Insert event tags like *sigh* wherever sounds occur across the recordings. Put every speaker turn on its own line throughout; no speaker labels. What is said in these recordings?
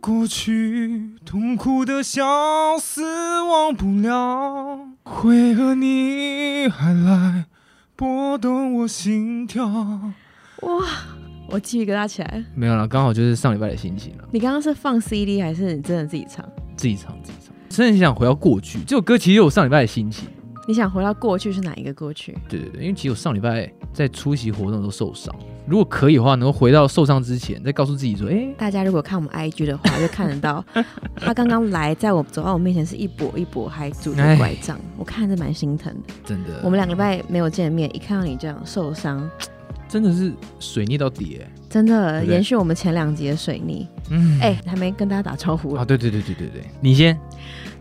过去，痛苦的相思忘不了，为何你还来拨动我心跳？
哇，我鸡皮疙瘩起来了。
没有了，刚好就是上礼拜的心情了，
你刚刚是放 CD 还是你真的自己唱？
自己唱自己唱，真的很想回到过去。这首歌其实有我上礼拜的心情，
你想回到过去是哪一个过去？
对对对，因为其实我上礼拜在出席活动都受伤，如果可以的话，能够回到受伤之前，再告诉自己说，哎、
大家如果看我们 IG 的话，就看得到他刚刚来，在我走到我面前是一跛一跛，还拄着
哎
拐杖，我看着蛮心疼的。
真的，
我们两个礼拜没有见面，一看到你这样受伤，
真的是水逆到底、欸，
真
对
的
不对
延续我们前两集的水泥。
嗯，
哎、还没跟大家打招呼
啊，对对对对对对，你先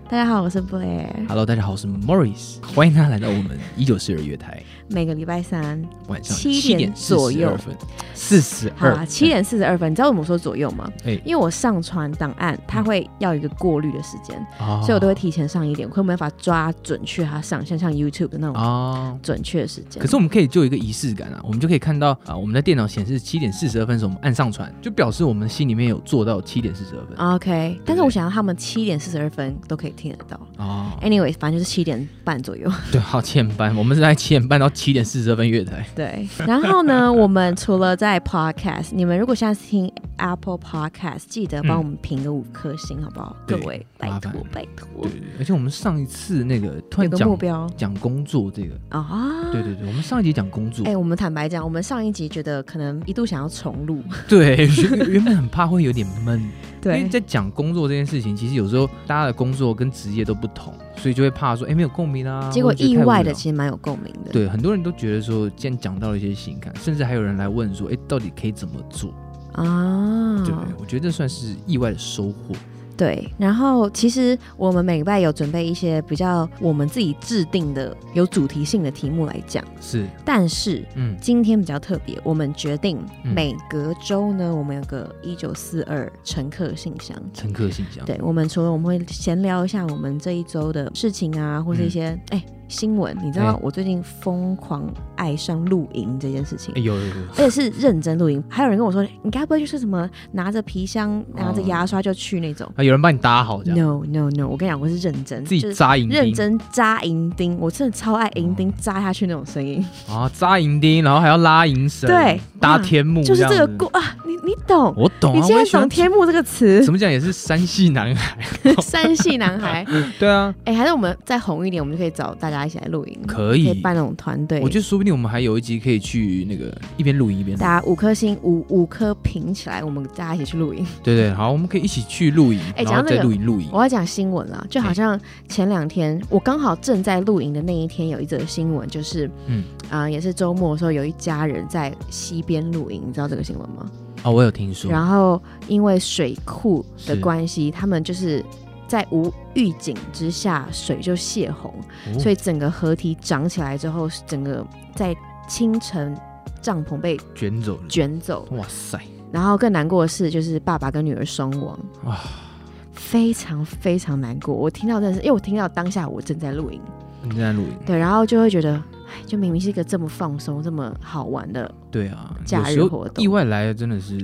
大家好，我是 Blair，
，Hello，大家好，我是 Morris，欢迎大家来到我们一九四二月台，
每个礼拜三，
晚上
7
点啊
点左右
分，四十
好
二
啦，七，点四十二分，你知道为什么说左右吗？
哎
因为我上传档案，它会要一个过滤的时间，
哦
所以我都会提前上一点，我会没办法抓准确它上线，像 YouTube 的那种
啊。
准确的时间。
可是我们可以就有一个仪式感啊，我们就可以看到啊，我们的电脑显示七点四十二分的时候，我们按上传，就表示我们心里面有做到七点四十二
啊
分
OK，但是我想要他们七点四十二分都可以听得到。
哦。
Anyway，反正就是七点半左右。 *laughs*
对，好，七点半，我们是在七点半到七点四十二分月台。
对，然后呢，我们除了在 Podcast，你们如果现在是听 Apple Podcast，记得帮我们评个五颗星，好不好？各
嗯对
位，拜
麻
托
烦
拜托
对，对对，而且我们上一次那个突
有
然
个目
讲
标
讲工作这个，
啊。
对对对，我们上一集讲工作
哎、，我们坦白讲，我们上一集觉得可能一度想要重录， *laughs*
对， *laughs* 原原本很怕会有点闷，因为
对
在讲工哎作这件事情，其实有时候大家的工作跟职业都不同，所以就会怕说，哎，没有共鸣啊。
结果
或者觉得
意
太无
外的
聊
其实蛮有共鸣的。
对，很多人都觉得说，今天讲到了一些情感，甚至还有人来问说，哎，到底可以怎么做？
啊，
对不对？我觉得这算是意外的收获。
对，然后其实我们每个礼拜有准备一些比较我们自己制定的有主题性的题目来讲，
是，
但是
嗯，
今天比较特别，我们决定
嗯
每隔周呢，我们有个一九四二乘客信箱。
乘客信箱。
对，我们除了我们会闲聊一下我们这一周的事情啊，或是一些哎、新闻，你知道
嗯哎
我最近疯狂爱上露营这件事情
哎，。有有有，
而且是认真露营，还有人跟我说，你该不会就是什么拿着皮箱、拿着
哦
牙刷就去那种？
啊，有人帮你搭好这样，
No no no！我跟你讲，我是认真，
自
就
己
是
扎银哦钉，
认真扎银钉，我真的超爱银钉扎下去那种声音，
啊，扎银钉，然后还要拉银绳，
对
搭
哇
天幕，
*laughs* 就是这个
故
过，啊，你你懂？
我懂
你
啊，
竟
我
然
也喜
懂“
欢
天幕”这个词
怎，么讲也是山系男孩，
*laughs* 山系男孩。
对啊，
哎、还是我们再红一点，我们就可以找大家一起来露营，
可以
可以办那种团队。
我觉得说不定我们还有一集可以去那个一边露营一边录，
大家五颗星五五颗评起来，我们大家一起去露营。
对对，好，我们可以一起去露营，
哎
然后
讲到这
再
个
露营露营
我，要讲新闻了，就好
哎
像前两天我刚好正在露营的那一天，有一则新闻，就是
嗯
嗯啊、也是周末的时候，有一家人在溪边露营，你知道这个新闻吗？
哦，我有听说，
然后因为水库的
是
关系，他们就是在无预警之下，水就泄洪，
哦
所以整个河堤涨起来之后，整个在清晨帐篷被
哦卷走了，
卷走。
哇塞，
然后更难过的是，就是爸爸跟女儿双亡，
哇，
非常非常难过。我听到真的是，因为我听到当下我正在露营，
你正在露营，
对，然后就会觉得，哎，就明明是一个这么放松、这么好玩的
对啊，
假
有
日
时候
活动
意外来的真的是，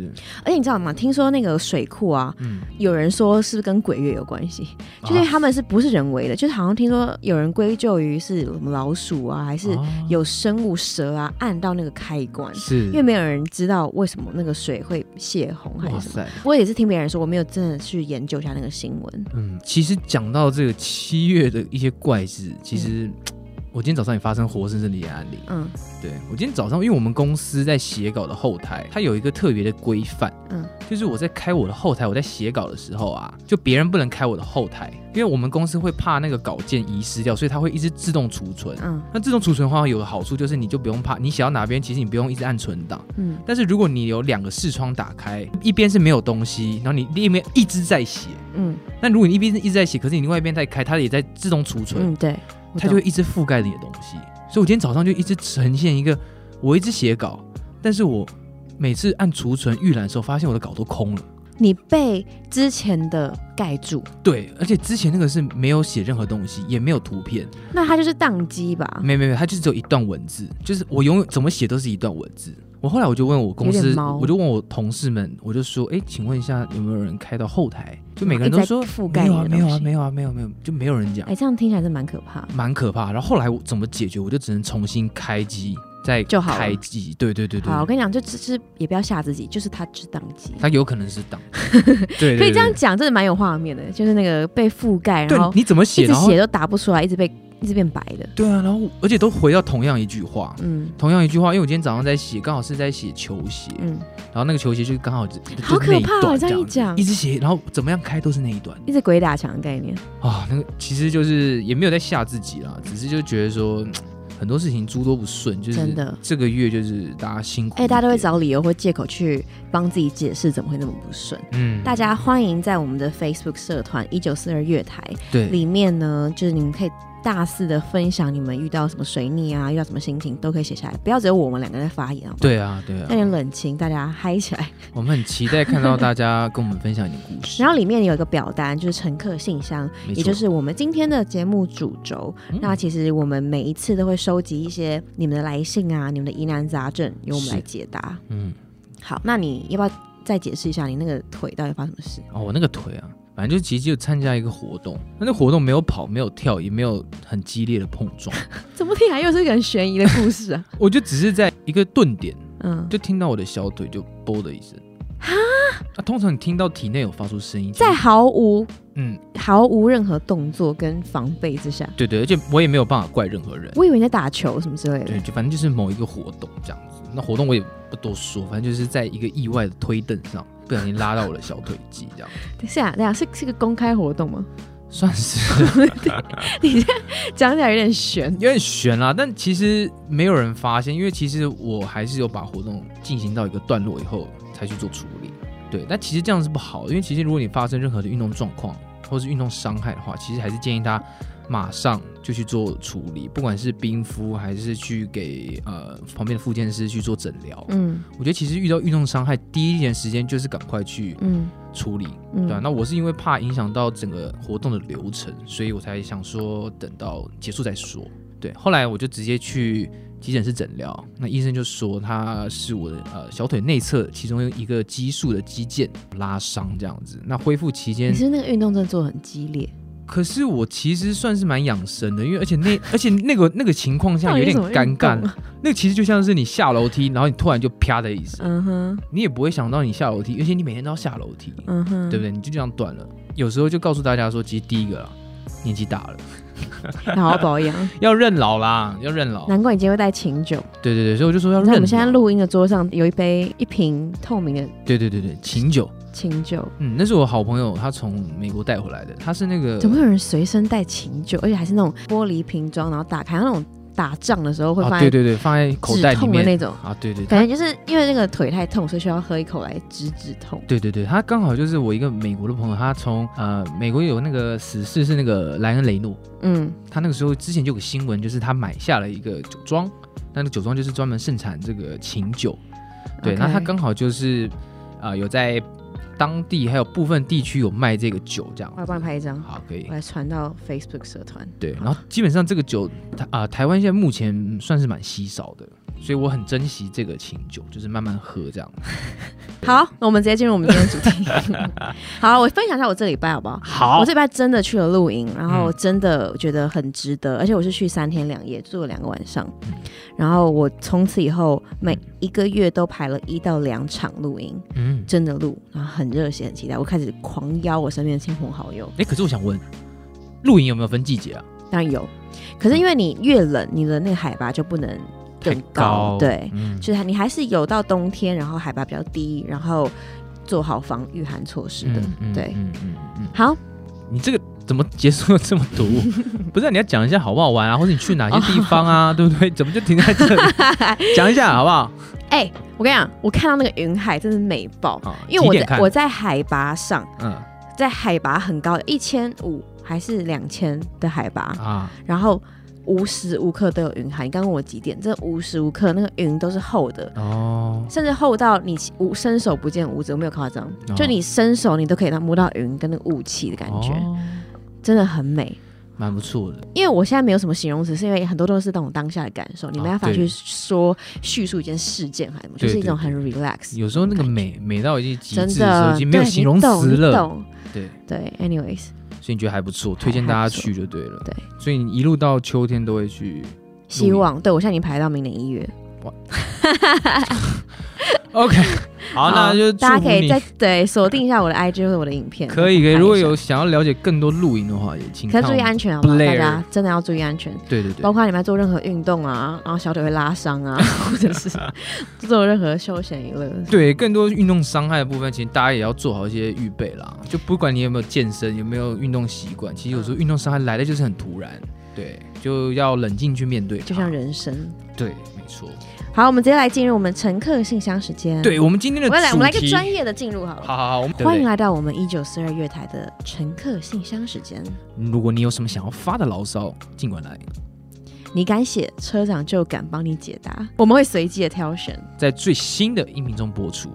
而且你知道吗？听说那个水库啊，
嗯，
有人说是不是跟鬼月有关系？就是因为
啊
他们是不是人为的？就是好像听说有人归咎于是什么老鼠啊，还是
啊
有生物蛇啊按到那个开关，
是
因为没有人知道为什么那个水会泄洪还
哇
是什么。
塞，
我也是听别人说，我没有真的去研究一下那个新闻。
嗯，其实讲到这个七月的一些怪事，其实、我今天早上也发生活生生的一些案例。
嗯
对我今天早上，因为我们公司在写稿的后台，它有一个特别的规范，
嗯，
就是我在开我的后台，我在写稿的时候啊，就别人不能开我的后台，因为我们公司会怕那个稿件遗失掉，所以它会一直自动储存。
嗯
那自动储存的话，有个好处就是你就不用怕，你写到哪边，其实你不用一直按存档。
嗯，
但是如果你有两个视窗打开，一边是没有东西，然后你另一边一直在写，
嗯
那如果你一边一直在写，可是你另外一边在开，它也在自动储存，
嗯，对，我
它就
懂
会一直覆盖你的东西。所以我今天早上就一直呈现一个，我一直写稿，但是我每次按储存预览的时候，发现我的稿都空了。
你被之前的盖住，
对，而且之前那个是没有写任何东西，也没有图片，
那它就是宕机吧？
嗯没没没，它就只有一段文字，就是我永远怎么写都是一段文字。我后来我就问我公
有点
司
毛，
我就问我同事们，我就说，哎，请问一下有没有人开到后台？就每个人
一直
都
在
说
覆盖
没有啊，
你的
没有
东
啊，
西
没有啊，没有没有，就没有人讲
哎、，这样听起来是蛮可怕的。
蛮可怕。然后后来我怎么解决？我就只能重新开机，再
就好了
开机。对对对对，
好，我跟你讲，就只是也不要吓自己，就是他只宕机，
它有可能是
*laughs*
挡，对，对
可以这样
对
讲，真的蛮有画面的，就是那个被覆盖，
对
然后
你怎么
一
写，
直
然后
写都打不出来，一直被一直变白的，
对啊，然后而且都回到同样一句话，
嗯
同样一句话，因为我今天早上在写，刚好是在写球鞋，
嗯，
然后那个球鞋就是刚好就
好
就是那
可
一
怕哦！
段
这样一
子
讲
一，直写，然后怎么样开都是那一段
一直鬼打墙的概念，
啊，那个其实就是也没有在吓自己啦，只是就觉得说嗯很多事情诸多不顺，就是
真的
这个月就是大家辛苦，
哎、大家都会，找理由或借口去帮自己解释怎么会那么不顺。
嗯，
大家欢迎在我们的 Facebook 社团一九四二月台
对
里面呢，就是你们可以大肆的分享你们遇到什么水逆啊，遇到什么心情都可以写下来，不要只有我们两个在发言啊，
对啊对
带
啊，
点冷情，大家嗨起来。
我们很期待看到大家跟我们分享你的故事，
然后里面有一个表单，就是乘客信箱，
没
也
错
就是我们今天的节目主轴。
嗯
那其实我们每一次都会收集一些你们的来信啊，你们的疑难杂症，由我们
是
来解答。
嗯。
好，那你要不要再解释一下你那个腿到底发生什么事？
哦，我那个腿啊，反正就其实就参加一个活动，那那活动没有跑，没有跳，也没有很激烈的碰撞，
*laughs* 怎么听起来又是一个很悬疑的故事啊？
我就只是在一个顿点，
*laughs* 嗯，
就听到我的小腿就“啵”的一声。啊，通常你听到体内有发出声音，
在毫无
嗯，
毫无任何动作跟防备之下，
对对，而且我也没有办法怪任何人，
我以为你在打球什么之类
对，
的。
就反正就是某一个活动这样子。那活动我也不多说，反正就是在一个意外的推凳上，不小心拉到我的小腿肌，这样
等一下，等一下， *laughs* 是是个公开活动吗？ *laughs*
算是
你这样讲起来有点悬。
有点悬啦，但其实没有人发现，因为其实我还是有把活动进行到一个段落以后才去做处理。对，但其实这样是不好的，因为其实如果你发生任何的运动状况或是运动伤害的话，其实还是建议他马上就去做处理，不管是冰敷还是去给呃旁边的复健师去做诊疗。
嗯
我觉得其实遇到运动伤害，第一件时间就是赶快去
嗯
处理，
嗯，
对啊，那我是因为怕影响到整个活动的流程，所以我才想说等到结束再说。对，后来我就直接去急诊室诊疗，那医生就说他是我的呃小腿内侧其中一个激素的肌腱拉伤这样子。那恢复期间
你，是不是那个运动真的做得很激烈，
可是我其实算是蛮养生的，因为而且那 *laughs* 而且那个那个情况下有点
到底是什么
尴
运
尬
动，啊
那个其实就像是你下楼梯，然后你突然就啪的一声，
嗯哼
你也不会想到你下楼梯，而且你每天都要下楼梯，
嗯哼，
对不对？你就这样断了。有时候就告诉大家说，其实第一个啦，年纪大了，
对？好好保养，
要认老啦，要认老。
难怪你今天会带琴酒。
对对对，所以我就说要
你知道
认老。
我们现在录音的桌上有一杯一瓶透明的
对对对对，琴酒，
琴酒，
嗯，那是我好朋友他从美国带回来的，他是那个
怎么会有人随身带琴酒，而且还是那种玻璃瓶装，然后打开像那种打仗的时候会
啊，
放
对
在
对对，放在口
止
袋里
痛的那
面
种。
啊，对对对
感觉就是因为那个腿太痛，所以需要喝一口来止止痛。
对对对，他刚好就是我一个美国的朋友，他从呃美国有那个死士是那个莱恩雷诺，
嗯，
他那个时候之前就有个新闻，就是他买下了一个酒庄，那个酒庄就是专门盛产这个琴酒。对，
OK
那他刚好就是呃有在当地还有部分地区有卖这个酒，这样
我。来帮你拍一张，
好，可以
我。来传到 Facebook 社团。
对，然后基本上这个酒，台啊、台湾现在目前算是蛮稀少的，所以我很珍惜这个琴酒，就是慢慢喝这样。
好，那我们直接进入我们今天的主题。
*laughs*
好，我分享一下我这礼拜好不好？
好
我这礼拜真的去了露营，然后
嗯
真的觉得很值得，而且我是去三天两夜，住了两个晚上
嗯。
然后我从此以后每一个月都排了一到两场露营，
嗯，
真的露，然后很热血，很期待。我开始狂邀我身边的亲朋好友，
哎，可是我想问，露营有没有分季节啊？
当然有。可是因为你越冷，你的那个海拔就不能更
太
高，对，
嗯，
就是你还是有到冬天，然后海拔比较低，然后做好防御寒措施的。
嗯嗯
对
嗯嗯嗯嗯，
好，
你这个怎么结束的这么突
*laughs*
兀？不是、啊、你要讲一下好不好玩啊，或者你去哪些地方
哦
啊，对不对？怎么就停在这
*laughs*
里？讲一下好不好？
哎、我跟你讲，我看到那个云海真是美爆，
啊，
因为
几
我
点看
在我在海拔上，
嗯
在海拔很高，一千五还是两千的海拔，
啊，
然后无时无刻都有云海。你刚问我几点，这无时无刻那个云都是厚的。
哦，
甚至厚到你无伸手不见五指，我没有夸张，
哦
就你伸手你都可以到摸到云跟那个雾气的感觉，
哦
真的很美。
蛮不错的。
因为我现在没有什么形容词，是因为很多都是那种当下的感受，你没
啊
办法
对
去说叙述一件事件还是什么，就
对
是一种
对
很 relax，
有时候那个
感觉
美美到已经极
真
致的时候，
的
已经没有
对
形
你
容
懂
词
你
了。
懂
对，
对，anyways，
所以你觉得还不错，推荐大家去就对了。
对，
所以你一路到秋天都会去。
希望对我现在已经排到明年一月，
*laughs* OK，好，那就祝
大家
福
可以
你
再对锁定一下我的 IG 或者我的影片，
可以可
看一
以。
下
如果有，想要了解更多露营的话，也请
可
看
是注意
我们
安全啊，大
Blair
家真的要注意安全，
对对对
包，括你们在做任何运动啊，然后小腿会拉伤
*laughs*
啊，或者是做任何休闲娱乐，
对，更多运动伤害的部分，其实大家也要做好一些预备啦。就不管你有没有健身，有没有运动习惯，其实有时候
嗯
运动伤害来的就是很突然，对，就要冷静去面对它。
就像人嗯生。
对，没错。
好，我们直接来进入我们乘客信箱时间。
对，我们今天的
我们来，我们来
主
个
题
专业的进入好了。
好好好，我们
欢迎。来到我们一九四二月台的乘客信箱时间。
对对如果你有什么想要发的牢骚，尽管来。
你敢写，车长就敢帮你解答。我们会随机的挑选
在最新的音频中播出，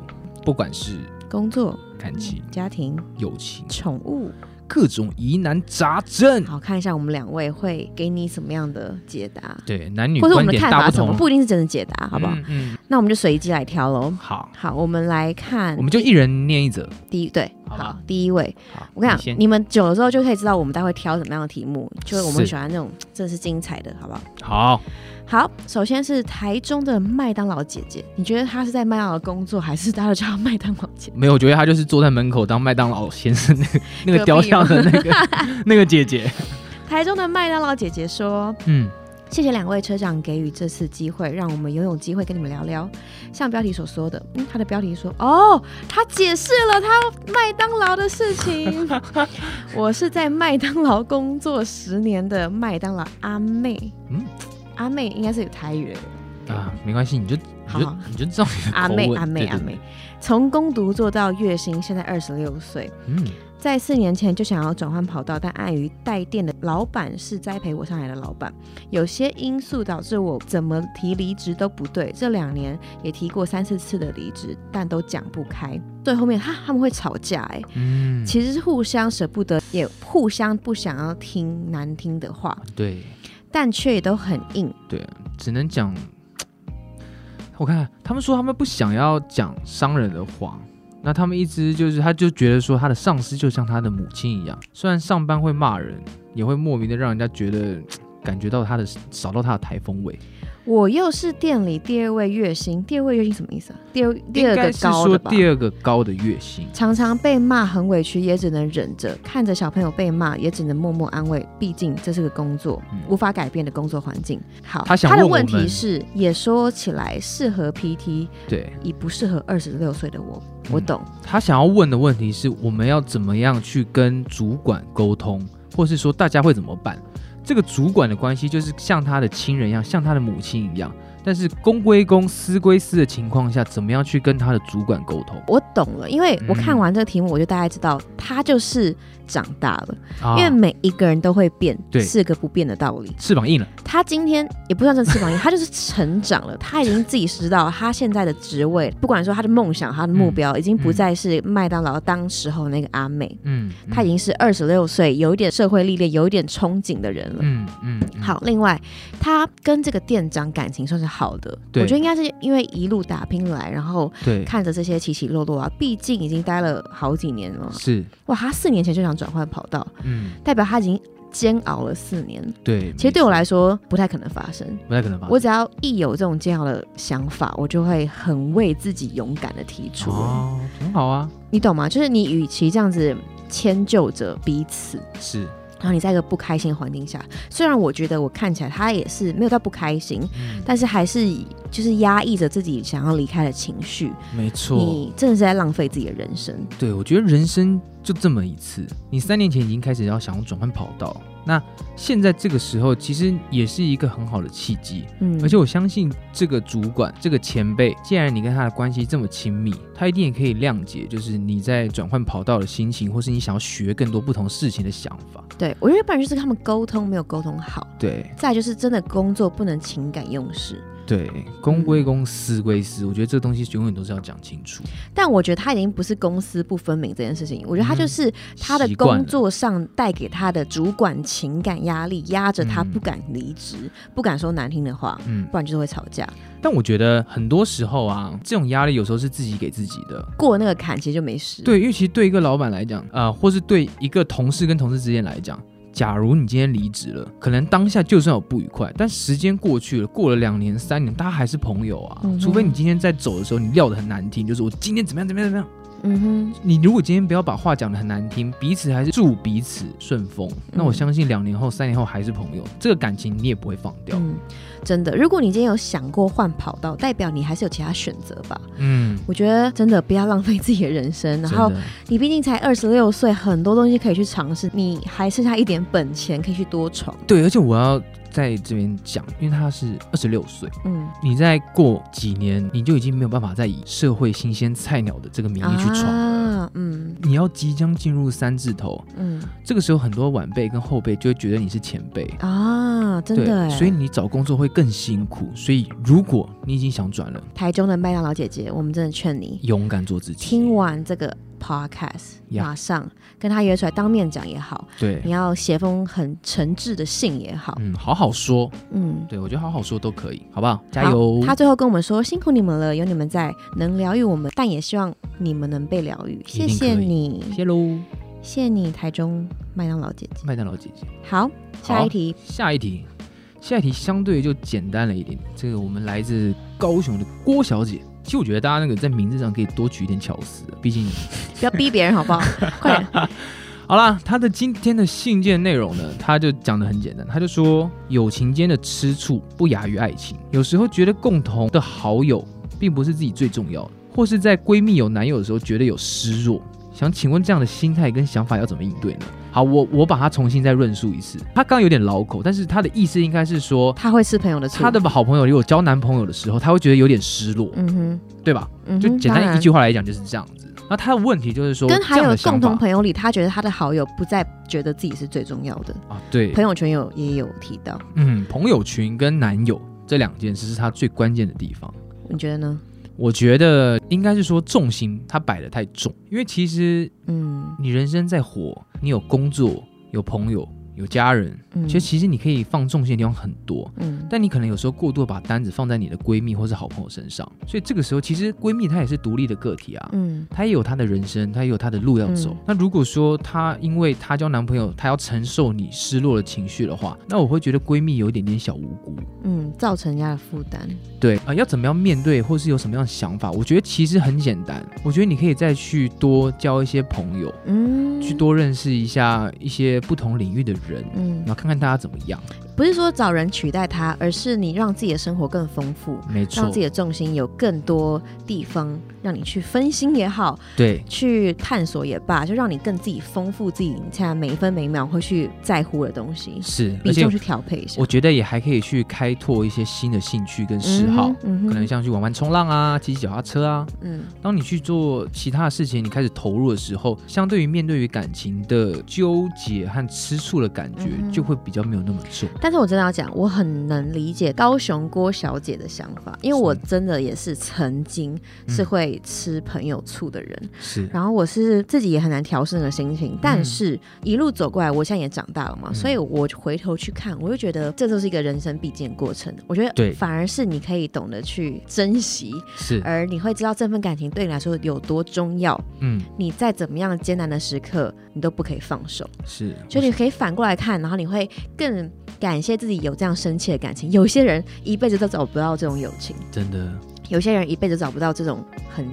不管是
工作、
感情、
家庭、
友情、
宠物。
各种疑难杂症，
好，看一下我们两位会给你什么样的解答，
对男女
或者我
观
们的
点
看
大
法
不
怎么，
同，
不一定是真的解答，好不好？
嗯？嗯，
那我们就随机来挑喽。
好，
好，我们来看
我们就一人念一则。
第一对，
好吧
好，第一位，
好，
我跟你
先
讲，你们久了之后就可以知道我们待会挑什么样的题目，就是我们
是
喜欢那种真的是精彩的，好不好？
好，
好，首先是台中的麦当劳姐姐，你觉得她是在麦当劳工作，还是大家叫她麦当劳姐
没有，我觉得他就是坐在门口当麦当劳先生 *laughs* 那个那个雕像的那
*laughs*
个那个姐姐。
姐？台中的麦当劳姐姐说
嗯，：“
谢谢两位车长给予这次机会，让我们拥有机会跟你们聊聊。像标题所说的，嗯，她的标题说，哦，她解释了她麦当劳的事
*laughs*
情。我是在麦当劳工作十年的麦当劳阿妹，
嗯
嗯，阿妹应该是有台语的。”
啊，没关系，你就你就
好
你就照你的
阿
口
妹，
吻
阿妹，
对对
阿妹，从攻读做到月薪，现在二十六岁，
嗯，
在四年前就想要转换跑道，但碍于带店的老板是栽培我上来的老板，有些因素导致我怎么提离职都不对。这两年也提过三四次的离职，但都讲不开。最后面哈他们会吵架、欸，
嗯，
其实是互相舍不得，也互相不想要听难听的话，
对
但却也都很硬。
对，只能讲。我看他们说他们不想要讲伤人的话，那他们一直就是他就觉得说他的上司就像他的母亲一样，虽然上班会骂人，也会莫名的让人家觉得感觉到他的扫到他的台风尾。
我又是店里第二位月薪，第二位月薪什么意思啊？第二第二
应该
个
是
高
说
的吧？
第二个高的月薪。
常常被骂很委屈，也只能忍着，看着小朋友被骂，也只能默默安慰。毕竟这是个工作，
嗯
无法改变的工作环境。好，
他想
的
问我
问题
们
是，也说起来适合 PT，
对
也不适合二十六岁的我。
嗯
我懂，
他想要问的问题是，我们要怎么样去跟主管沟通，或是说大家会怎么办？这个主管的关系就是像他的亲人一样，像他的母亲一样。但是公归公，私归私的情况下，怎么样去跟他的主管沟通？
我懂了，因为我看
嗯
完这个题目，我就大概知道他就是长大了，
啊
因为每一个人都会变，
对
是个不变的道理。
翅膀硬了，
他今天也不算是翅膀硬，他就是成长了，他已经自己知道他现在的职位，不管说他的梦想、他的目标，已经不再是麦当劳当时候那个阿妹，
嗯，
他已经是二十六岁，有一点社会历练，有一点憧憬的人了。
嗯，嗯嗯，嗯，
好，另外，他跟这个店长感情算是好的，我
对
觉得应该是因为一路打拼来，然后
对，
看着这些起起落落啊，毕竟已经待了好几年了。
是，
哇，他四年前就想转换跑道，
嗯，
代表他已经煎熬了四年。
对。
其实对我来说不太可能发生，
没错不太可能吧？
我只要一有这种煎熬的想法，我就会很为自己勇敢的提出，
哦，很好啊，
你懂吗？就是你与其这样子迁就着彼此，
是，
然后你在一个不开心的环境下，虽然我觉得我看起来他也是没有到不开心，
嗯，
但是还是就是压抑着自己想要离开的情绪，
没错。
你真的是在浪费自己的人生。
对，我觉得人生就这么一次。你三年前已经开始要想要转换跑道，那现在这个时候其实也是一个很好的契机。
嗯，
而且我相信这个主管、这个前辈，既然你跟他的关系这么亲密，他一定也可以谅解，就是你在转换跑道的心情，或是你想要学更多不同事情的想法。
对我觉得不然就是他们沟通没有沟通好，
对，
再来就是真的工作不能情感用事，
对，公归公，私归私，我觉得这东西永远都是要讲清楚。
但我觉得他已经不是公私不分明这件事情，我觉得
嗯
他就是他的
习惯
工
了
作上带给他的主管情感压力，压着他
嗯
不敢离职，不敢说难听的话，
嗯，
不然就是会吵架。
但我觉得很多时候啊，这种压力有时候是自己给自己的。
过那个坎其实就没事。，
对，因为其实对一个老板来讲，呃，或是对一个同事跟同事之间来讲，假如你今天离职了，可能当下就算有不愉快，但时间过去了，过了两年、三年，大家还是朋友啊。
嗯哼
除非你今天在走的时候，你撂的很难听，就是我今天怎么样怎么样怎么样。
嗯哼，
你如果今天不要把话讲的很难听，彼此还是祝彼此顺风，那我相信两年后、三年后还是朋友，这个感情你也不会放掉。
嗯，真的，如果你今天有想过换跑道，代表你还是有其他选择吧。
嗯，
我觉得真的不要浪费自己的人生，然
真
后
的，
你毕竟才二十六岁，很多东西可以去尝试，你还剩下一点本钱可以去多闯。
对，而且我要在这边讲，因为他是二十六岁，
嗯，
你再过几年，你就已经没有办法再以社会新鲜菜鸟的这个名义去闯了。
啊，嗯
你要即将进入三字头，
嗯
这个时候很多晚辈跟后辈就会觉得你是前辈，
啊，真
对
的欸，
所以你找工作会更辛苦。所以如果你已经想转了，
台中的麦当劳姐姐，我们真的劝你
勇敢做自己。
听完这个 podcast，
呀
马上跟她约出来当面讲也好，
对
你，要写封很诚挚的信也好，
嗯，好好说，
嗯。
对我觉得好好说都可以，好不好？加
好
油！
她最后跟我们说：“辛苦你们了，有你们在，能疗愈我们，但也希望你们能被疗愈。谢
定
谢
可以
你，
谢喽，
谢谢你，台中麦当劳姐姐。
麦当劳姐姐。
好，下
好
一题，
下一题，下一题相对就简单了一点。这个我们来自高雄的郭小姐，其实我觉得大家那个在名字上可以多取一点巧思，毕竟
不要逼别人好不
*laughs*
好？快点，
好啦，她的今天的信件内容呢，她就讲的很简单，她就说友呃情间的吃醋不亚于爱情，有时候觉得共同的好友并不是自己最重要的，或是在闺蜜有男友的时候觉得有失落。想请问这样的心态跟想法要怎么应对呢？好，我我把它重新再论述一次。她刚刚有点老口，但是她的意思应该是说，
他会吃朋友的醋。
她的好朋友有交男朋友的时候，她会觉得有点失落，
嗯哼，
对吧？
嗯哼，
就简
当
单
然
一句话来讲就是这样子。那她的问题就是说，
跟还
这样
有
的想
共
法
同朋友里，他觉得他的好友不再觉得自己是最重要的。
啊，对，
朋友圈有也有提到，
嗯，朋友群跟男友这两件事是她最关键的地方。
你觉得呢？
我觉得应该是说重心她摆的太重，因为其实
嗯
你人生在活，你有工作、有朋友、有家人，
嗯，
其实其实你可以放重心的地方很多。
嗯
但你可能有时候过度地把单子放在你的闺蜜或是好朋友身上，所以这个时候其实闺蜜她也是独立的个体啊，
嗯
她也有她的人生，她也有她的路要走。
嗯
那如果说她因为她交男朋友，她要承受你失落的情绪的话，那我会觉得闺蜜有一点点小无辜。
嗯，造成人家的负担。
对啊、呃要怎么样面对，或是有什么样的想法？我觉得其实很简单，我觉得你可以再去多交一些朋友，
嗯，
去多认识一下一些不同领域的人，
嗯
然，后看看大家怎么样。
不是说找人取代他，而是你让自己的生活更丰富，
没错
让自，己的重心有更多地方让你去分心也好，
对
去探索也罢，就让你更自己丰富自己，你现在每一分每一秒会去在乎的东西，
是，而
比
且
重去调配一下。
我觉得也还可以去开拓一些新的兴趣跟嗜好。
嗯哼，
可能像去玩玩冲浪啊，骑骑脚踏车啊。
嗯
当你去做其他的事情，你开始投入的时候，相对于面对于感情的纠结和吃醋的感觉
嗯，哼
就会比较没有那么重。
但是我真的要讲，我很能理解高雄郭小姐的想法，因为我真的也是曾经
嗯
是会吃朋友醋的人，
是，
然后我是自己也很难调试那个心情，但是一路走过来，我现在也长大了嘛，
嗯
所以我回头去看，我就觉得这就是一个人生必经的过程。我觉得
对
反而是你可以懂得去珍惜，
是，
而你会知道这份感情对你来说有多重要，
嗯，
你在怎么样艰难的时刻，你都不可以放手。
是，
就你可以反过来看，然后你会更感谢自己有这样深切的感情。有些人一辈子都找不到这种友情，
真的，
有些人一辈子找不到这种很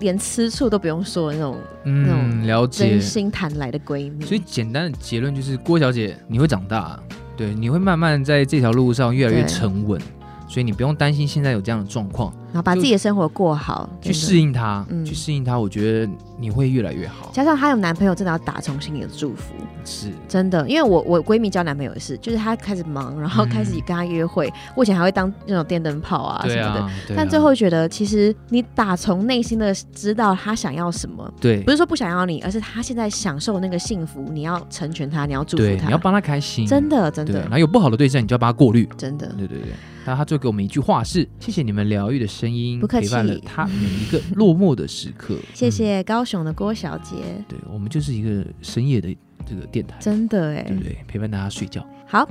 连吃醋都不用说的那种
嗯，
种
了解
真。心谈来的闺蜜。
所以简单的结论就是，郭小姐，你会长大，对，你会慢慢在这条路上越来越
对
沉稳，所以你不用担心现在有这样的状况，
然后把自己的生活过好，
去
真的
适。应它，
嗯
去适应它，我觉得你会越来越好。
加上她有男朋友，真的要打从心里的祝福，
是，
真的。因为我我闺蜜交男朋友也是，就是她开始忙，然后
嗯
开始跟他约会。我以前还会当那种电灯泡啊什
对
么的，
啊，对
但
啊
最后觉得其实你打从内心的知道她想要什么，
对
不是说不想要你，而是他现在享受那个幸福，你要成全他，你要祝福
对，
他，
你要帮他开心，
真的真
对，然
的
后有不好的对象，你就要把它过滤。
真的。
对对对，那他最后给我们一句话是：谢谢你们疗愈的声音，
不客气
陪伴了他每一个落寞的时
*laughs*
刻。嗯
谢谢高雄的郭小姐，
对我们就是一个深夜的这个电台，
真的哎
对，不对？陪伴大家睡觉。
好，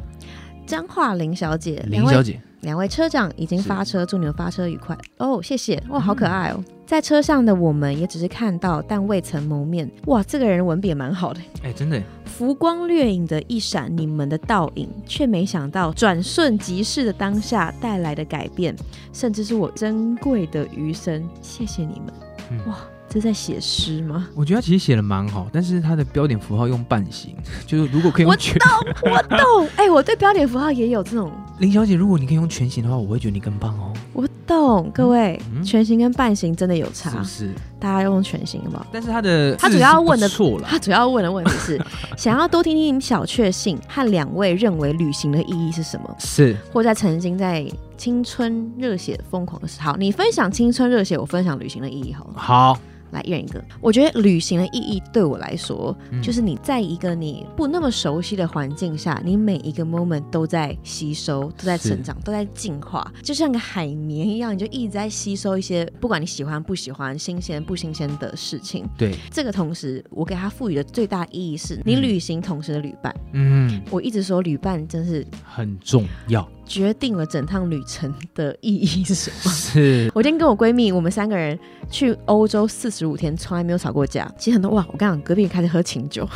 张化玲小姐，
林
两位
小姐，
两位车长已经
是嗯
发车，祝你们发车愉快哦，谢谢哇，好可爱哦。在车上的我们也只是看到，但未曾谋面。哇，这个人文笔也蛮好的。
哎，真的，
浮光掠影的一闪，你们的倒影，却没想到转瞬即逝的当下带来的改变，甚至是我珍贵的余生。谢谢你们，
嗯
哇，这在写诗吗？ *laughs*
我觉得他其实写的蛮好，但是他的标点符号用半形，就是如果可以
我
用全
我懂，哎、我对标点符号也有这种。
林小姐，如果你可以用全形的话，我会觉得你更棒哦，
我懂，各位，
嗯
全形跟半形真的有
是
差，
不是？
大家用全形好不 *laughs* 好？
但是他的
他主要问的
字是不错了，
他主要问的问题
*laughs*
是，想要多听听小确幸和两位认为旅行的意义是什么，
是
或在曾经在青春热血疯狂的时候，好，你分享青春热血，我分享旅行的意义好了，
好，
来一人一个。我觉得旅行的意义对我来说，
嗯
就是你在一个你不那么熟悉的环境下，你每一个 moment 都在吸收，都在
是
成长，都在进化，就像个海绵一样，你就一直在吸收一些不管你喜欢不喜欢、新鲜不新鲜的事情。
对，
这个同时，我给它赋予的最大意义是你
嗯
旅行同时的旅伴。
嗯，
我一直说旅伴真是
很重
*laughs*
要，
决定了整趟旅程的意义是什么。 *laughs*
是
我今天跟我闺蜜，我们三个人去欧洲四十五天，从来没有吵过架。其实很多哇，我刚刚隔壁开始喝琴酒，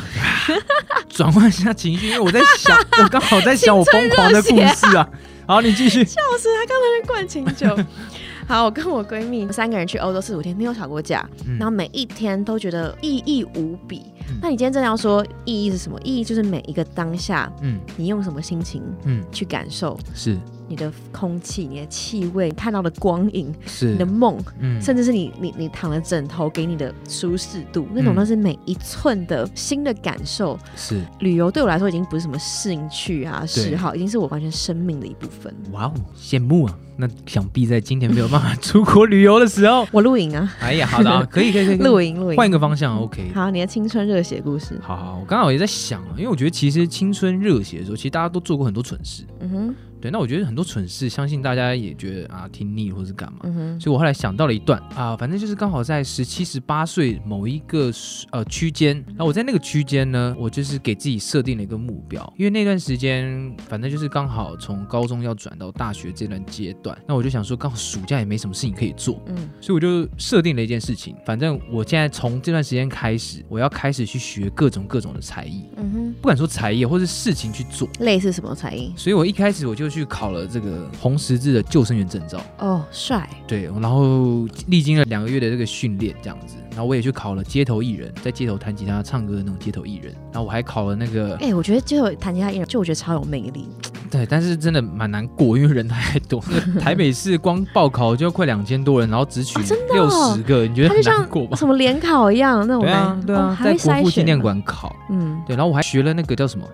*laughs*
转换一下情绪，因为我在想，我刚好在想我疯狂的故事啊。好，你
*laughs*
继续。
笑死，她刚才在灌琴酒。 *laughs* 好，我跟我闺蜜我们三个人去欧洲四十五天，没有吵过架，
嗯
然后每一天都觉得意义无比。
嗯
那你今天真的要说意义是什么？意义就是每一个当下，
嗯
你用什么心情
嗯，
去感受
是
你的空气、你的气味、看到的光影、你的
是，
梦，
嗯
甚至是你你你躺的枕头给你的舒适度，那种
嗯
都是每一寸的新的感受。
是，
旅游对我来说已经不是什么兴趣啊嗜好，已经是我完全生命的一部分。
哇哦，羡慕啊！那想必在今年没有办法出国旅游的
*laughs*
时候，
我露营啊，
哎呀，好的啊，可以可以可以可以，
露营露
换一
营。
个方向，OK。
好，你的青春热血故事，
好好，我刚好也在想啊，因为我觉得其实青春热血的时候，其实大家都做过很多蠢事。
嗯哼，
对，那我觉得很多蠢事，相信大家也觉得啊听腻或是干嘛。
嗯哼，
所以我后来想到了一段啊，反正就是刚好在十七、十八岁某一个时呃区间，然后我在那个区间呢，我就是给自己设定了一个目标，因为那段时间反正就是刚好从高中要转到大学这段阶段，那我就想说刚好暑假也没什么事情可以做，
嗯
所以我就设定了一件事情，反正我现在从这段时间开始，我要开始去学各种各种的才艺，
嗯哼，
不敢说才艺，或是事情去做。
类似什么才艺？
所以我一开始我就去考了这个红十字的救生员证照，
哦，帅，
对，然后历经了两个月的这个训练，这样子，然后我也去考了街头艺人，在街头弹吉他、唱歌的那种街头艺人，然后我还考了那个，
哎、我觉得就弹吉他艺人，就我觉得超有魅力。
对，但是真的蛮难过，因为人太
*laughs*
多，那个台北市光报考就要快两千多人，然后只取
哦真的
六
哦
十个，你觉得
他就
很
像
难过吧？
什么联考一样那种
对啊
难，
对
哦
啊，
还
在
会
国
筛
父
选
纪念
吗，
馆考，
嗯，
对，然后我还学了那个叫什么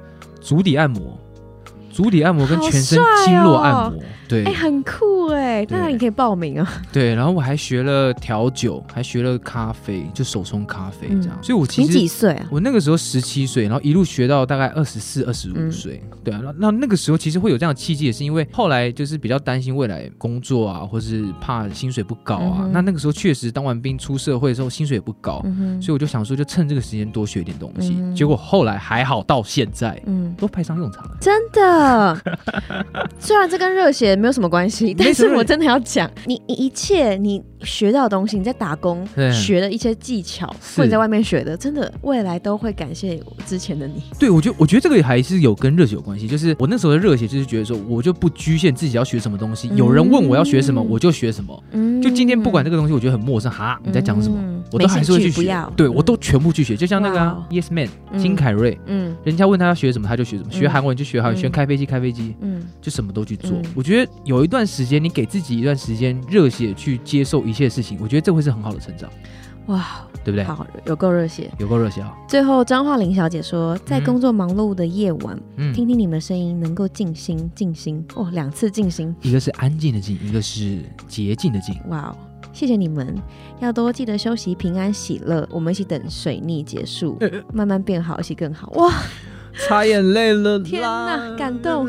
足底按摩，足底按摩跟
好
全身
帅
经络
哦
按摩，对
哎、，很酷哎、那
对
你可以报名啊。
对，然后我还学了调酒，还学了咖啡，就手冲咖啡这样。
嗯
所以我其
你几
实
岁啊？
我那个时候十七岁，然后一路学到大概二十四、二十五
嗯
岁。对啊，那那那个时候其实会有这样的契机，也是因为后来就是比较担心未来工作啊，或是怕薪水不高啊。
嗯哼
那那个时候确实当完兵出社会的时候薪水也不高，
嗯哼，
哦所以我就想说就趁这个时间多学一点东西。
嗯
结果后来还好，到现在
嗯，
都派上用场了。
真的。 *laughs* 虽然这跟热血没有什么关系，但
什么
是
关系
我真的要讲，你你一切你学到的东西，你在打工
对
学的一些技巧，
是
或者在外面学的，真的未来都会感谢之前的你。
对，我觉得我觉得这个也还是有跟热血有关系，就是我那时候的热血就是觉得说，我就不局限自己要学什么东西，有人问我要学什么，
嗯
我就学什么。
嗯
就今天不管这个东西，我觉得很陌生，哈，你在讲什么？
嗯
我都还是会去
没兴趣不
学
要，，
对我都全部去学，就像那个、啊
哇哦
Yes Man
嗯
金凯瑞，
嗯
人家问他要学什么，他就学什么，学
嗯
韩文就学韩
嗯
文，学开飞机开飞机，
嗯
就什么都去做。
嗯
我觉得有一段时间，你给自己一段时间热血去接受一切事情，我觉得这会是很好的成长，
哇，
对不对？
好有够热血。
有够热血啊！
最后，张化玲小姐说，在
嗯
工作忙碌的夜晚，
嗯，
听听你们的声音，能够静心静心哦，两次静心，
一个是安静的静，一个是洁净的净。
哇哦！谢谢你们，要多记得休息，平安喜乐。我们一起等水逆结束，慢慢变好，一起更好。哇，
擦眼泪了啦。
天哪，感动！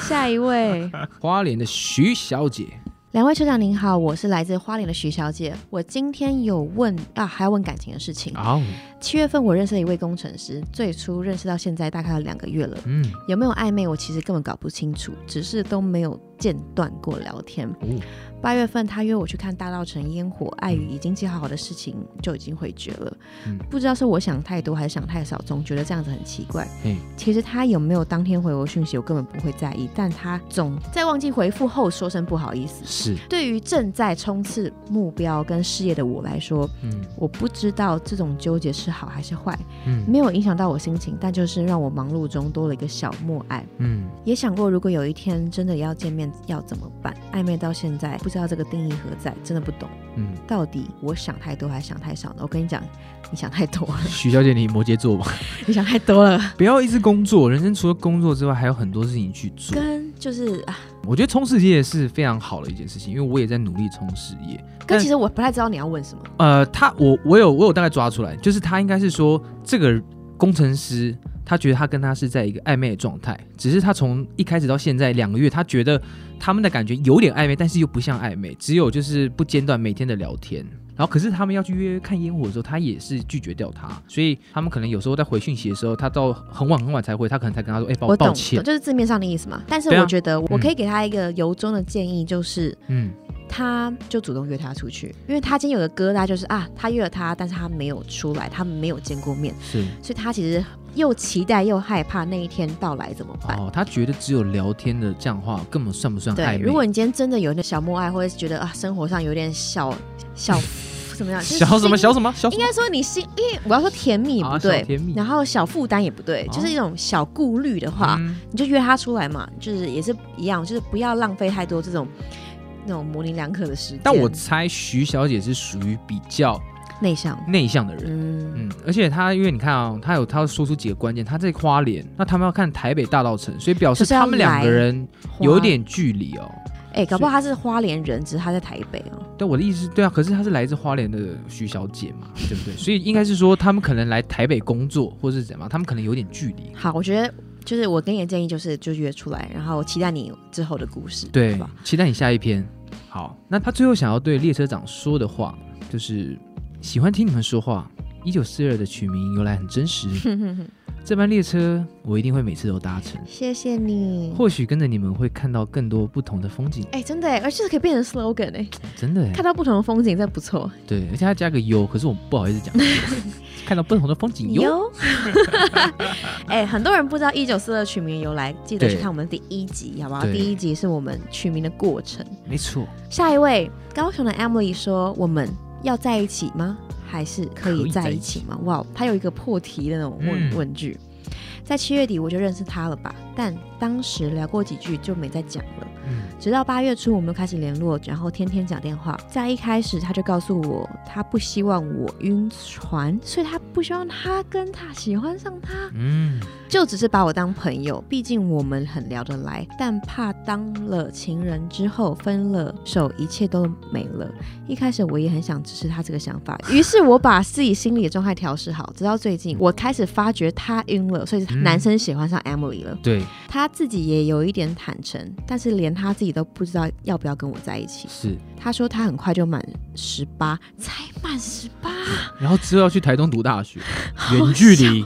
下一位，
花莲的徐小姐，
两位车长您好，我是来自花莲的徐小姐。我今天有问啊，还要问感情的事情。
哦，
七月份我认识了一位工程师，最初认识到现在大概有两个月了。
嗯，
有没有暧昧，我其实根本搞不清楚，只是都没有间断过聊天。
哦，
八月份他约我去看大稻城烟火，碍于已经计划好的事情就已经回绝了。
嗯
不知道是我想太多还是想太少，总觉得这样子很奇怪。
嘿，
其实他有没有当天回我讯息，我根本不会在意，但他总在忘记回复后说声不好意思。
是，
对于正在冲刺目标跟事业的我来说，
嗯
我不知道这种纠结是好还是坏，
嗯
没有影响到我心情，但就是让我忙碌中多了一个小默哀。
嗯，
也想过，如果有一天真的要见面，要怎么办？暧昧到现在，不知道这个定义何在，真的不懂。
嗯，
到底我想太多还是想太少呢？我跟你讲，你想太多了，
徐小姐，你摩羯座吧？
你想太多了。
不要一直工作，人生除了工作之外，还有很多事情去
*laughs*
做。
跟就是啊，
我觉得冲事业是非常好的一件事情，因为我也在努力冲事业。
跟其实我不太知道你要问什么。
呃，他我我有我有大概抓出来，就是他应该是说这个工程师，他觉得他跟他是在一个暧昧的状态，只是他从一开始到现在两个月，他觉得他们的感觉有点暧昧，但是又不像暧昧，只有就是不间断每天的聊天。然后可是他们要去约看烟火的时候，他也是拒绝掉他，所以他们可能有时候在回讯息的时候，他到很晚很晚才回，他可能才跟他说：“哎、帮
我
抱
懂，
歉。
就是字面上的意思嘛。但是
对啊
我觉得我可以给他一个由衷的建议，就是。”
嗯，
他就主动约他出去，因为他今天有个疙瘩，就是啊，他约了他，但是他没有出来，他们没有见过面，
是。
所以他其实又期待又害怕那一天到来怎么办？
哦，他觉得只有聊天的这样的话，根本算不算
对，
暧昧？
如
*laughs*
果你今天真的有点小默哀，或者是觉得啊，生活上有点小
*laughs*
小怎么样，就是
小什么
心
小什么小什
应
么，
该说你心，因为我要说甜蜜也
啊
不对，
小甜蜜
然后小负担也不对，
哦
就是一种小顾虑的话，
嗯
你就约他出来嘛，就是也是一样，就是不要浪费太多这种那种模棱两可的时间。
但我猜徐小姐是属于比较
内向，
内向的人。
嗯，
嗯，而且她因为你看啊、她有她说出几个关键，她在花莲，那他们要看台北大道城，所以表示
就是要
他们两个人有
花
一，点距离哦。
哎、搞不好他是花莲人，只是他在台北哦、
对，我的意思是，对啊，可是她是来自花莲的徐小姐嘛，对不对？所以应该是说他们可能来台北工作或是怎么样，他们可能有点距离。
好，我觉得就是我给你的建议就是就约出来，然后我期待你之后的故事，
对
好吧？，
期待你下一篇。好，那他最后想要对列车长说的话，就是喜欢听你们说话。一九四二的取名由来很真 *laughs* 实，这班列车我一定会每次都搭乘。
谢谢你。
或许跟着你们会看到更多不同的风景，
哎、真的哎，而且可以变成 slogan 哎，
真的
看
哎，
到不同的风景，这不错。
对，而且他加个 U，可是我不好意思 *laughs* 讲，看到不同的风景哟。
有， *laughs* 哎、很多人不知道一九四二取名的由来，记得
对
去看我们第一集，好不好？
对
第一集是我们取名的过程。
没错，
下一位，高雄的 Emily 说：“我们要在一起吗？还是可
可
以
以在
在
一
一
起
起吗？”哇，他有一个破题的那种问、
嗯
问句。在七月底我就认识他了吧，但当时聊过几句就没再讲了。
嗯，
直到八月初，我们开始联络，然后天天讲电话。在一开始，他就告诉我，他不希望我晕船，所以他不希望他跟他喜欢上他，
嗯，
就只是把我当朋友。毕竟我们很聊得来，但怕当了情人之后分了手，一切都没了。一开始我也很想支持他这个想法，于是我把自己心里的状态调试好。直到最近，我开始发觉他晕了，所以
嗯
男生喜欢上 Emily 了。
对，
他自己也有一点坦诚，但是连他自己都不知道要不要跟我在一起。
是。
他说他很快就满十八，才满十八，
然后之后要去台东读大 *laughs* 学，远距离，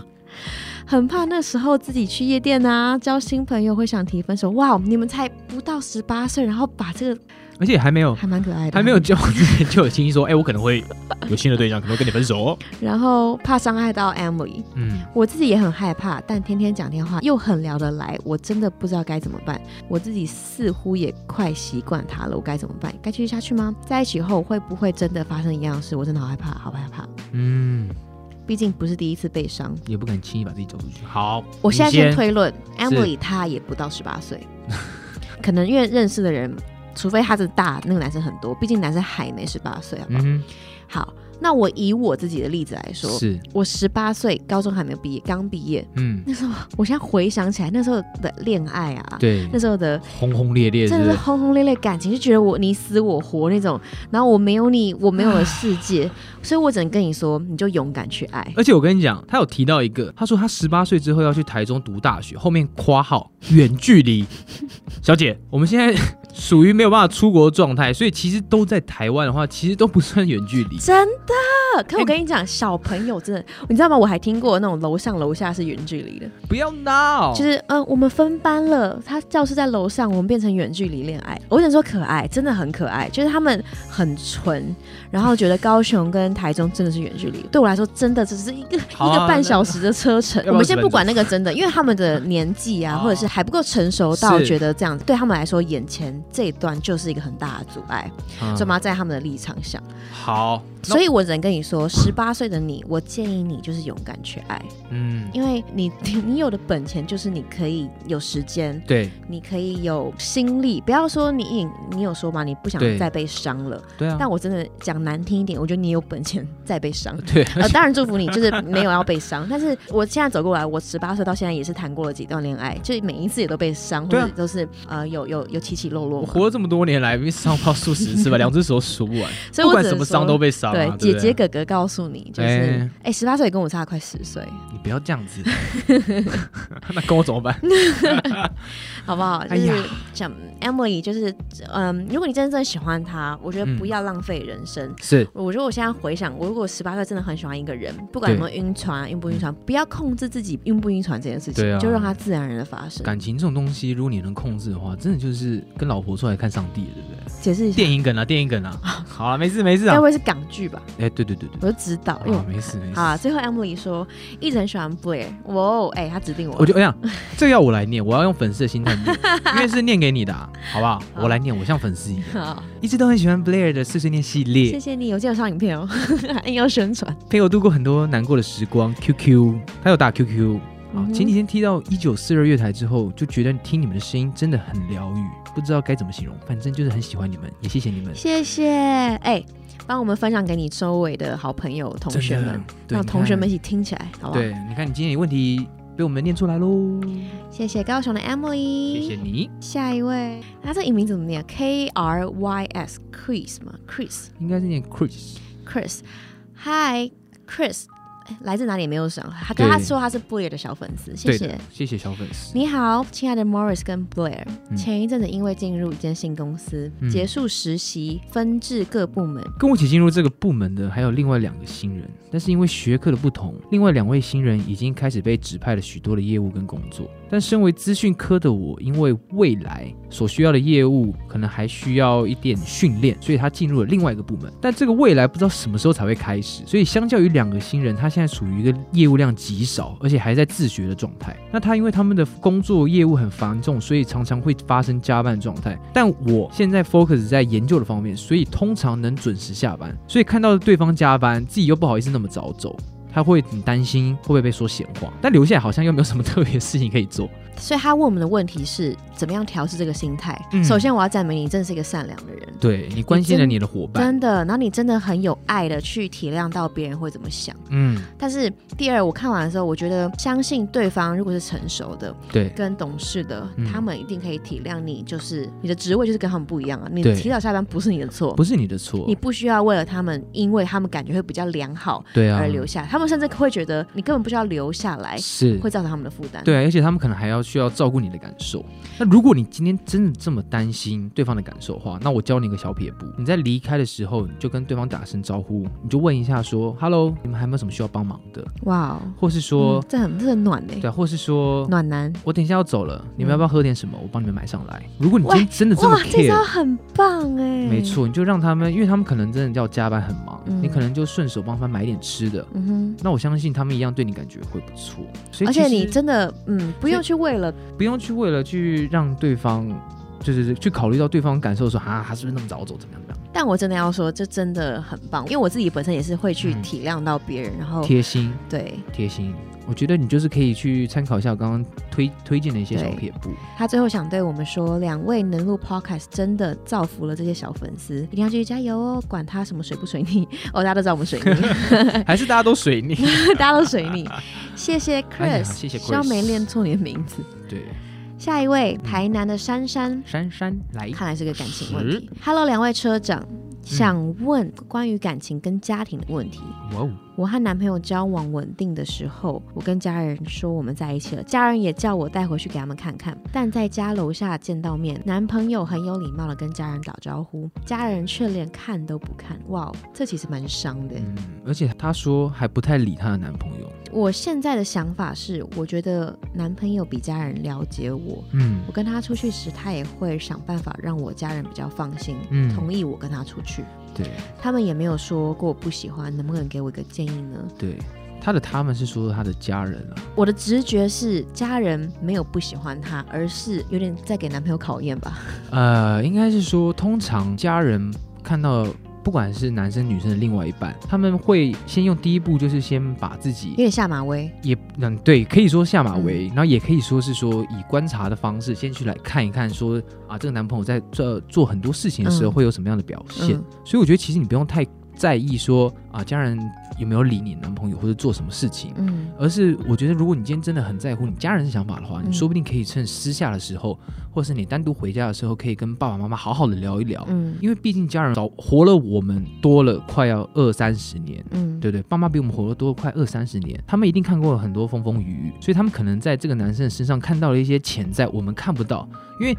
很怕那时候自己去夜店啊，交新朋友会想提分手。哇，你们才不到十八岁，然后把这个
而且还没有
还蛮可爱的，
还没有。交往之前就有亲戚说，哎，我可能会有新的对象，可能会跟你分手哦。
然后怕伤害到 Emily，
嗯，
我自己也很害怕，但天天讲电话又很聊得来，我真的不知道该怎么办。我自己似乎也快习惯他了，我该怎么办？该继续下去吗？在一起后会不会真的发生一样的事？我真的好害怕，好害怕。
嗯，
毕竟不是第一次被伤，
也不敢轻易把自己走出去。好，
我现在先
你
推论
是
，Emily 她也不到十八岁，可能因为认识的人，除非他是大那个男生很多，毕竟男生还没十八岁，好不好？
嗯哼，
好，那我以我自己的例子来说，
嗯是，
我十八岁，高中还没有毕业，刚毕业。
嗯，
那时候，我现在回想起来，那时候的恋爱啊，
对，
那时候的
轰轰烈烈，是
真
不
的是
是？
轰轰烈烈感情，就觉得我你死我活那种，然后我没有你，我没有了世
*laughs*
界，所以我只能跟你说，你就勇敢去爱。
而且我跟你讲，他有提到一个，他说他十八岁之后要去台中读大学，后面括号远
*laughs*
距离。小姐，我们现在属于没有办法出国的状态，所以其实都在台湾的话，其实都不算远距离。
真的，可我跟你讲，小朋友真的，你知道吗？我还听过那种楼上楼下是远距离的，
不要闹，
就是嗯、呃我们分班了，他教室在楼上，我们变成远距离恋爱。我想说可爱，真的很可爱，就是他们很纯，然后觉得高雄跟台中真的是远距离，对我来说真的只是一
*laughs*
个、
好啊
一个半小时的车程。
那
我们先不管那个真的，因为他们的年纪
*laughs*
啊，
哦
或者是还不够成熟到
是
觉得这样对他们来说，眼前这一段就是一个很大的阻碍，
嗯
所以我们要在他们的立场想。
好，那
所以我只能跟你说，十八岁的你，我建议你就是勇敢去爱，
嗯，
因为你你有的本钱就是你可以有时间，
对
你可以有心力，不要说你你你有说嘛，你不想
对
再被伤了。
对啊，
但我真的讲难听一点，我觉得你有本钱 *laughs* 再被伤。
*laughs* 对，
呃，当然祝福你，就是没有要被伤。但是我现在走过来，我十八岁到现在也是谈过了几段恋爱，就是每一次也都被伤，或
对啊
者都是呃有有有起起落落
我
嘛。
活了这么多年来，被伤到数十
*laughs*
次吧，两只手数不完，
所以
不
我
管
只
什
能
么伤
说
都被伤
对
啊。，
姐
不
姐哥哥告诉你，就是
哎
哎，十八岁跟我差快十岁，
你不要这样
*laughs*
子， *laughs* 那跟我怎么办？
嗯好不好？就
哎呀
是像 Emily，就是嗯，如果你真正喜欢他，我觉得
嗯
不要浪费人生。
是
我觉得我现在回想，我如果十八岁真的很喜欢一个人，不管有没有晕船、晕不晕船，不要控制自己晕不晕船这件事情，
嗯对啊
就让它自然而然的发生。
感情这种东西，如果你能控制的话，真的就是跟老婆出来看上帝了，对不对？
解释一下，
电影梗啊，电影梗啊。好了，没事没事啊
该不。会是港剧吧？
哎，对对对对，
我就知道，因为
啊，
我
没事没事
哦好。啊。最后 Emily 说，一直很喜欢 Blair，哇哦，哎，他指定我，
我就哎呀，这个要我来念，我要用粉丝的心
*laughs*
态念，因为是念给你的啊，好不好？
好
我来念，我像粉丝一样，
*laughs* 好，
一直都很喜欢 Blair 的碎碎念系列
谢，谢你，有介绍影片哦， *laughs* 硬要宣传。
陪我度过很多难过的时光。QQ，他有打 QQ。啊
嗯哼，
前几天听到一九四二月台之后，就觉得听你们的声音真的很疗愈，不知道该怎么形容，反正就是很喜欢你们，也谢谢你们。
谢谢，哎、帮我们分享给你周围的好朋友、同学们，
对，
让
你
啊同学
看
们一起听起来，好不好？
对，你看你今天有问题被我们念出来喽，
谢谢高雄的 Emily，
谢谢你，
下一位，他这个名字怎么念？K R Y S Chris 吗？Chris
应该是念 Chris，
Chris，嗨 Chris，哎来自哪里也没有想，他跟
对
他说他是 Blair 的小粉丝，谢
对
谢
的。，谢谢小粉丝，
你好，亲爱的 Morris 跟 Blair，、
嗯
前一阵子因为进入一间新公司，
嗯
结束实习，分至各部门，
跟我一起进入这个部门的还有另外两个新人，但是因为学科的不同，另外两位新人已经开始被指派了许多的业务跟工作。但身为资讯科的我，因为未来所需要的业务可能还需要一点训练，所以他进入了另外一个部门。但这个未来不知道什么时候才会开始，所以相较于两个新人，他现在处于一个业务量极少，而且还在自学的状态。那他因为他们的工作业务很繁重，所以常常会发生加班的状态。但我现在 focus 在研究的方面，所以通常能准时下班。所以看到对方加班，自己又不好意思那么早走。他会很担心会不会被说闲话，但留下来好像又没有什么特别的事情可以做。
所以他问我们的问题是怎么样调试这个心态。
嗯
首先，我要赞美你，真的是一个善良的人，
*laughs* 对你关心了你的伙伴，
真的。然后你真的很有爱的去体谅到别人会怎么想。
嗯，
但是第二，我看完的时候，我觉得相信对方如果是成熟的
对
跟懂事的，
嗯
他们一定可以体谅你，就是你的职位就是跟他们不一样啊。你
对
提早下班不是你的错
不。是你的错
你，不需要为了他们，因为他们感觉会比较良好
对啊
而，留下，他们甚至会觉得你根本不需要留下来，
是
会造成他们的负担。
对，而且他们可能还要需要照顾你的感受。那如果你今天真的这么担心对方的感受的话，那我教你一个小撇步：你在离开的时候，你就跟对方打声招呼，你就问一下说 “hello”，你们还有没有什么需要帮忙的？
哇哦，
或是说
嗯、这很这很暖呢、
对，啊或是说
暖男。
我等一下要走了，你们要不要喝点什么？我帮你们买上来。如果你今
喂
天真的这么
哇，这
care，
招很棒哎！
没，错，你就让他们，因为他们可能真的要加班很忙，
嗯
你可能就顺手帮他们买一点吃的。
嗯
那我相信他们一样对你感觉会不错，
哼，
所以
而
其
且你
实
真的，嗯，不用去为了，
不用去为了去让对方，就是去考虑到对方感受说啊，他是不是那么早走，怎么样怎么样，
但我真的要说，这真的很棒，因为我自己本身也是会去
嗯
哦体谅到别人，然后
贴心
对，
贴心，我觉得你就是可以去参考一下我刚刚推推荐的一些小撇步。
他最后想对我们说，两位能录 podcast 真的造福了这些小粉丝，一定要继续加油哦！管他什么水不水逆，哦，大家都知道我们水逆， *laughs*
还是大家都水逆？
大家都水逆。谢谢
*laughs* 哎呀
Chris，
谢谢
希望没
Chris 嗯
念错你的名字。
对，
下一位，台南的珊珊，
珊珊来，
看来是个感情问题。Hello，两位车长，
嗯
想问关于感情跟家庭的问题。
哇哦，
我和男朋友交往稳定的时候，我跟家人说我们在一起了，家人也叫我带回去给他们看看。但在家楼下见到面，男朋友很有礼貌的跟家人打招呼，家人却连看都不看。哇，这其实蛮伤的。
嗯，而且她说还不太理她的男朋友，
我现在的想法是，我觉得男朋友比家人了解我。
嗯
我跟他出去时，他也会想办法让我家人比较放心，
嗯
同意我跟他出去。
对
他们也没有说过不喜欢，能不能给我一个建议呢？
对，她的他们是说她的家人啊，
我的直觉是家人没有不喜欢他，而是有点在给男朋友考验
*laughs*
吧。
呃，应该是说，通常家人看到不管是男生女生的另外一半，他们会先用第一步，就是先把自
有
己
点下马威。
也嗯对，可以说下马
嗯
威，然后也可以说是说以观察的方式，先去来看一看说，啊这个男朋友在这做很多事情的时候
嗯
会有什么样的表现。
嗯，
所以我觉得其实你不用太在意说啊家人有没有理你男朋友或者做什么事情。
嗯
而是我觉得，如果你今天真的很在乎你家人的想法的话，
嗯
你说不定可以趁私下的时候，或者是你单独回家的时候，可以跟爸爸妈妈好好的聊一聊。
嗯
因为毕竟家人早活了我们多了快要二三十年，
嗯，
对不对？爸妈比我们活了多快二三十年，他们一定看过了很多风风雨雨，所以他们可能在这个男生的身上看到了一些潜在我们看不到，因为。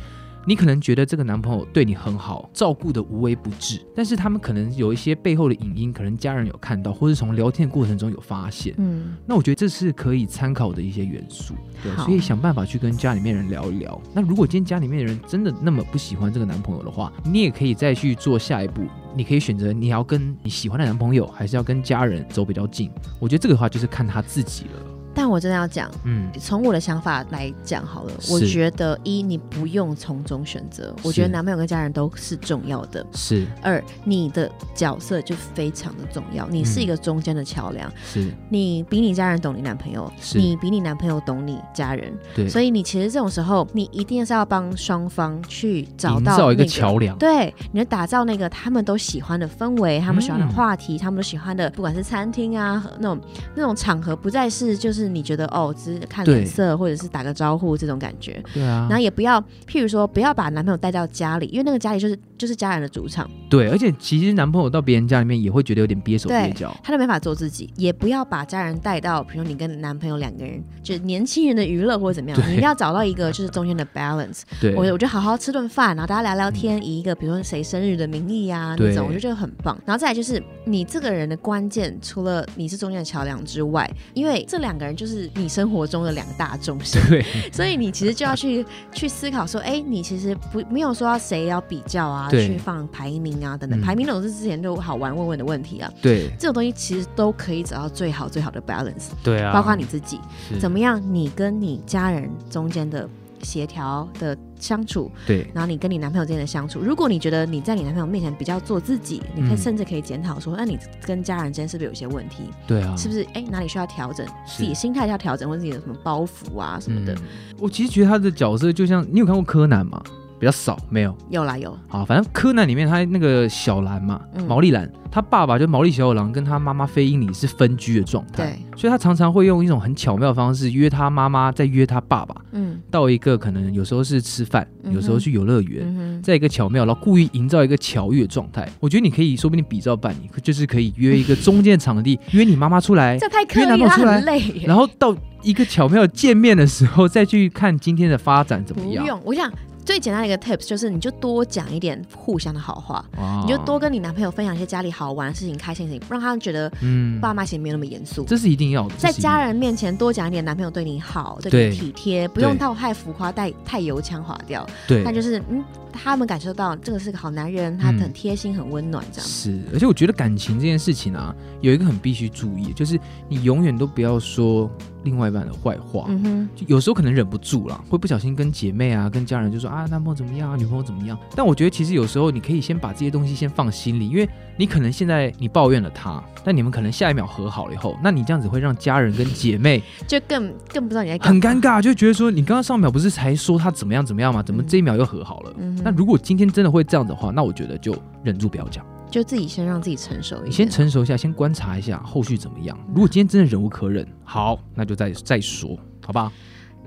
你可能觉得这个男朋友对你很好，照顾的无微不至，但是他们可能有一些背后的影音，可能家人有看到，或是从聊天过程中有发现。
嗯
那我觉得这是可以参考的一些元素，对，
好
所以想办法去跟家里面人聊一聊。那如果今天家里面的人真的那么不喜欢这个男朋友的话，你也可以再去做下一步，你可以选择你要跟你喜欢的男朋友，还是要跟家人走比较近。我觉得这个的话就是看他自己了。
但我真的要讲。
嗯，
从我的想法来讲好了，
是
我觉得一你不用从中选择，我觉得男朋友跟家人都是重要的。
是
二你的角色就非常的重要，你
嗯
是一个中间的桥梁，
是，
你比你家人懂你男朋友，
是
你比你男朋友懂你家人，
对，
所以你其实这种时候，你一定是要帮双方去找
营
到、那
造一个。桥梁。
对，你要打造那个他们都喜欢的氛围，他们喜欢的
嗯
话题，他们都喜欢的，不管是餐厅啊和那种那种场合，不再是就是你觉得哦，只是看脸
对
色或者是打个招呼这种感觉。
对啊
然，后也不要，譬如说不要把男朋友带到家里，因为那个家里就是就是家人的主场，
对，而且其实男朋友到别人家里面也会觉得有点憋手
对
憋脚。
他都没法做自己。也不要把家人带到，比如你跟男朋友两个人，就是年轻人的娱乐或者怎么样，
对
你一定要找到一个就是中间的 balance。
对，嗯
我我就好好吃顿饭，然后大家聊聊天，以一个比如说谁生日的名义啊
对
那种，我觉得这个很棒。然后再来就是你这个人的关键，除了你是中间的桥梁之外，因为这两个人就是你生活中的两大重心，
对，
*laughs* 所以你其实就要去去思考说，哎，你其实不没有说要谁要比较啊，
对
去放排名啊等等，
嗯
排名那种是之前就好玩问问的问题啊，
对，
这种东西其实都可以找到最好最好的 balance，
对啊
包括你自己。怎
么
么样？你跟你家人中间的协调的相处，
对，
然后你跟你男朋友之间的相处，如果你觉得你在你男朋友面前比较做自己，你可以
嗯
甚至可以检讨说，那你跟家人之间是不是有一些问题？
对啊，
是不是哎哪里需要调整？
是
自己心态要调整，或者自己有什么包袱啊什么的？
嗯。我其实觉得他的角色就像你有看过柯南吗？比较少，没有。
有啦有，
好，反正柯南里面他那个小兰嘛，
嗯
毛利兰，他爸爸就毛利小五郎跟他妈妈飞鹰里是分居的状态，
对，
所以他常常会用一种很巧妙的方式约他妈妈，再约他爸爸
嗯
到一个可能有时候是吃饭，
嗯哼
有时候去游乐园。
嗯哼，
在一个巧妙，然后故意营造一个巧遇的状态。我觉得你可以，说不定比照办理，就是可以约一个中间的场地，约你妈妈
*laughs*
出来，
这太刻
因为
意了，
男朋友出来
很累耶。
然后到一个巧妙见面的时候，再去看今天的发展怎么
不
样。
用，我想最简单的一个 tips 就是，你就多讲一点互相的好话，
哇
你就多跟你男朋友分享一些家里好玩的事情、开心的事情，让他们觉得
嗯
爸妈其实没有那么严肃。
这是一定要的，
在
这是一定
家人面前多讲一点，男朋友对你好，对
对
你体贴，不用到太浮夸、太太油腔滑调。
对，
但就是，嗯，他们感受到这个是个好男人，他
嗯
很贴心、很温暖，这样。
是，而且我觉得感情这件事情啊，有一个很必须注意，就是你永远都不要说另外一半的坏话，
嗯哼，
就有时候可能忍不住啦，会不小心跟姐妹啊、跟家人就说啊，男朋友怎么样啊，女朋友怎么样。但我觉得其实有时候你可以先把这些东西先放心里，因为你可能现在你抱怨了他，但你们可能下一秒和好了以后，那你这样子会让家人跟姐妹
就更更不知道你在干嘛。
很尴尬，就觉得说你刚刚上秒不是才说他怎么样怎么样吗？怎么这一秒又和好了？
嗯嗯哼，
那如果今天真的会这样的话，那我觉得就忍住不要讲，
就自己先让自己成熟一点，
你先成熟一下，先观察一下后续怎么样。
嗯
如果今天真的忍无可忍，好，那就再再说，好吧？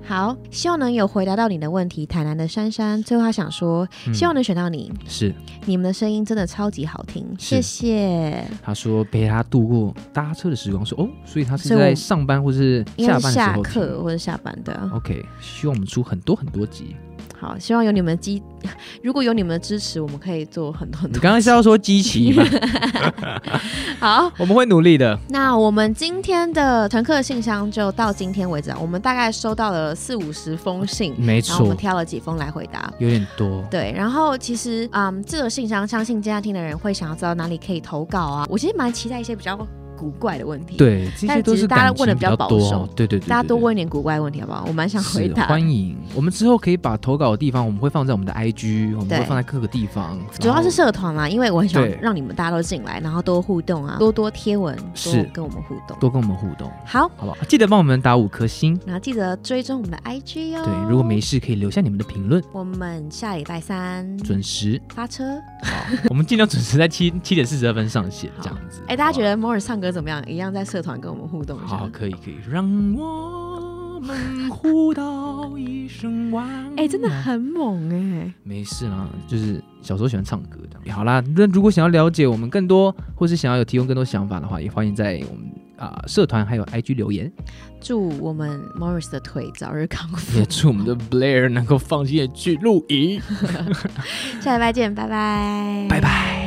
好，希望能有回答到你的问题。台南的珊珊，最后她想说，
嗯
希望能选到你，
是。
你们的声音真的超级好听，谢
是
谢。
他说陪他度过搭车的时光，说哦，所以他是
所以我
在上班或是
应
下
该
班的
是
时
下
候听
课。或者下班的，
OK，希望我们出很多很多集。
好，希望有你们的支， *laughs* 如果有你们的支持，我们可以做很多很
你
多。
刚刚是要说激情
*laughs*
吗？
好，
我们会努力的。
那我们今天的乘客信箱就到今天为止啊，我们大概收到了四五十封信，
嗯没
然后我
错
们，挑了几封来回答。
有点多。
对，然后其实，嗯，这个信箱相信今天听的人会想要知道哪里可以投稿啊。我其实蛮期待一些比较古怪的问题，，
对，这
但
些都
其实
是
大家
感情
问得比
比
较
较
保
多
守
哦。对对对对，
大家多
对
问一点古怪的问题好不好？我蛮想回
是
答。
欢迎。我们之后可以把投稿的地方，我们会放在我们的 IG，我们
对
会放在各个地方。
主要
然后
是社团啦，因为我很想
对
让你们大家都进来，然后多互动啊，多多贴文，多
是
跟我们互动。
多跟我们互动，
好，
好不好？记得帮我们打五颗星。
然后记得追踪我们的 IG 哦。
对，如果没，事可以留下你们的评论，
我们下礼拜三
准时。 *laughs*
发车。
我们尽量准时在七七点四十二分上线，
好
这样子。
哎，大家觉
得？
得摩尔唱歌怎么样？一样在社团跟我们互动一下。
好，可以可以，让我们互道一声晚安。
哎，真的很猛哎。
没事啦，就是小时候喜欢唱歌这样。好啦，那如果想要了解我们更多，或是想要有提供更多想法的话，也欢迎在我们啊、社团还有 IG 留言。
祝我们 Morris 的腿早日康复
也。祝我们的 Blair 能够放心的去露营。
下礼拜见，拜拜，
拜。拜。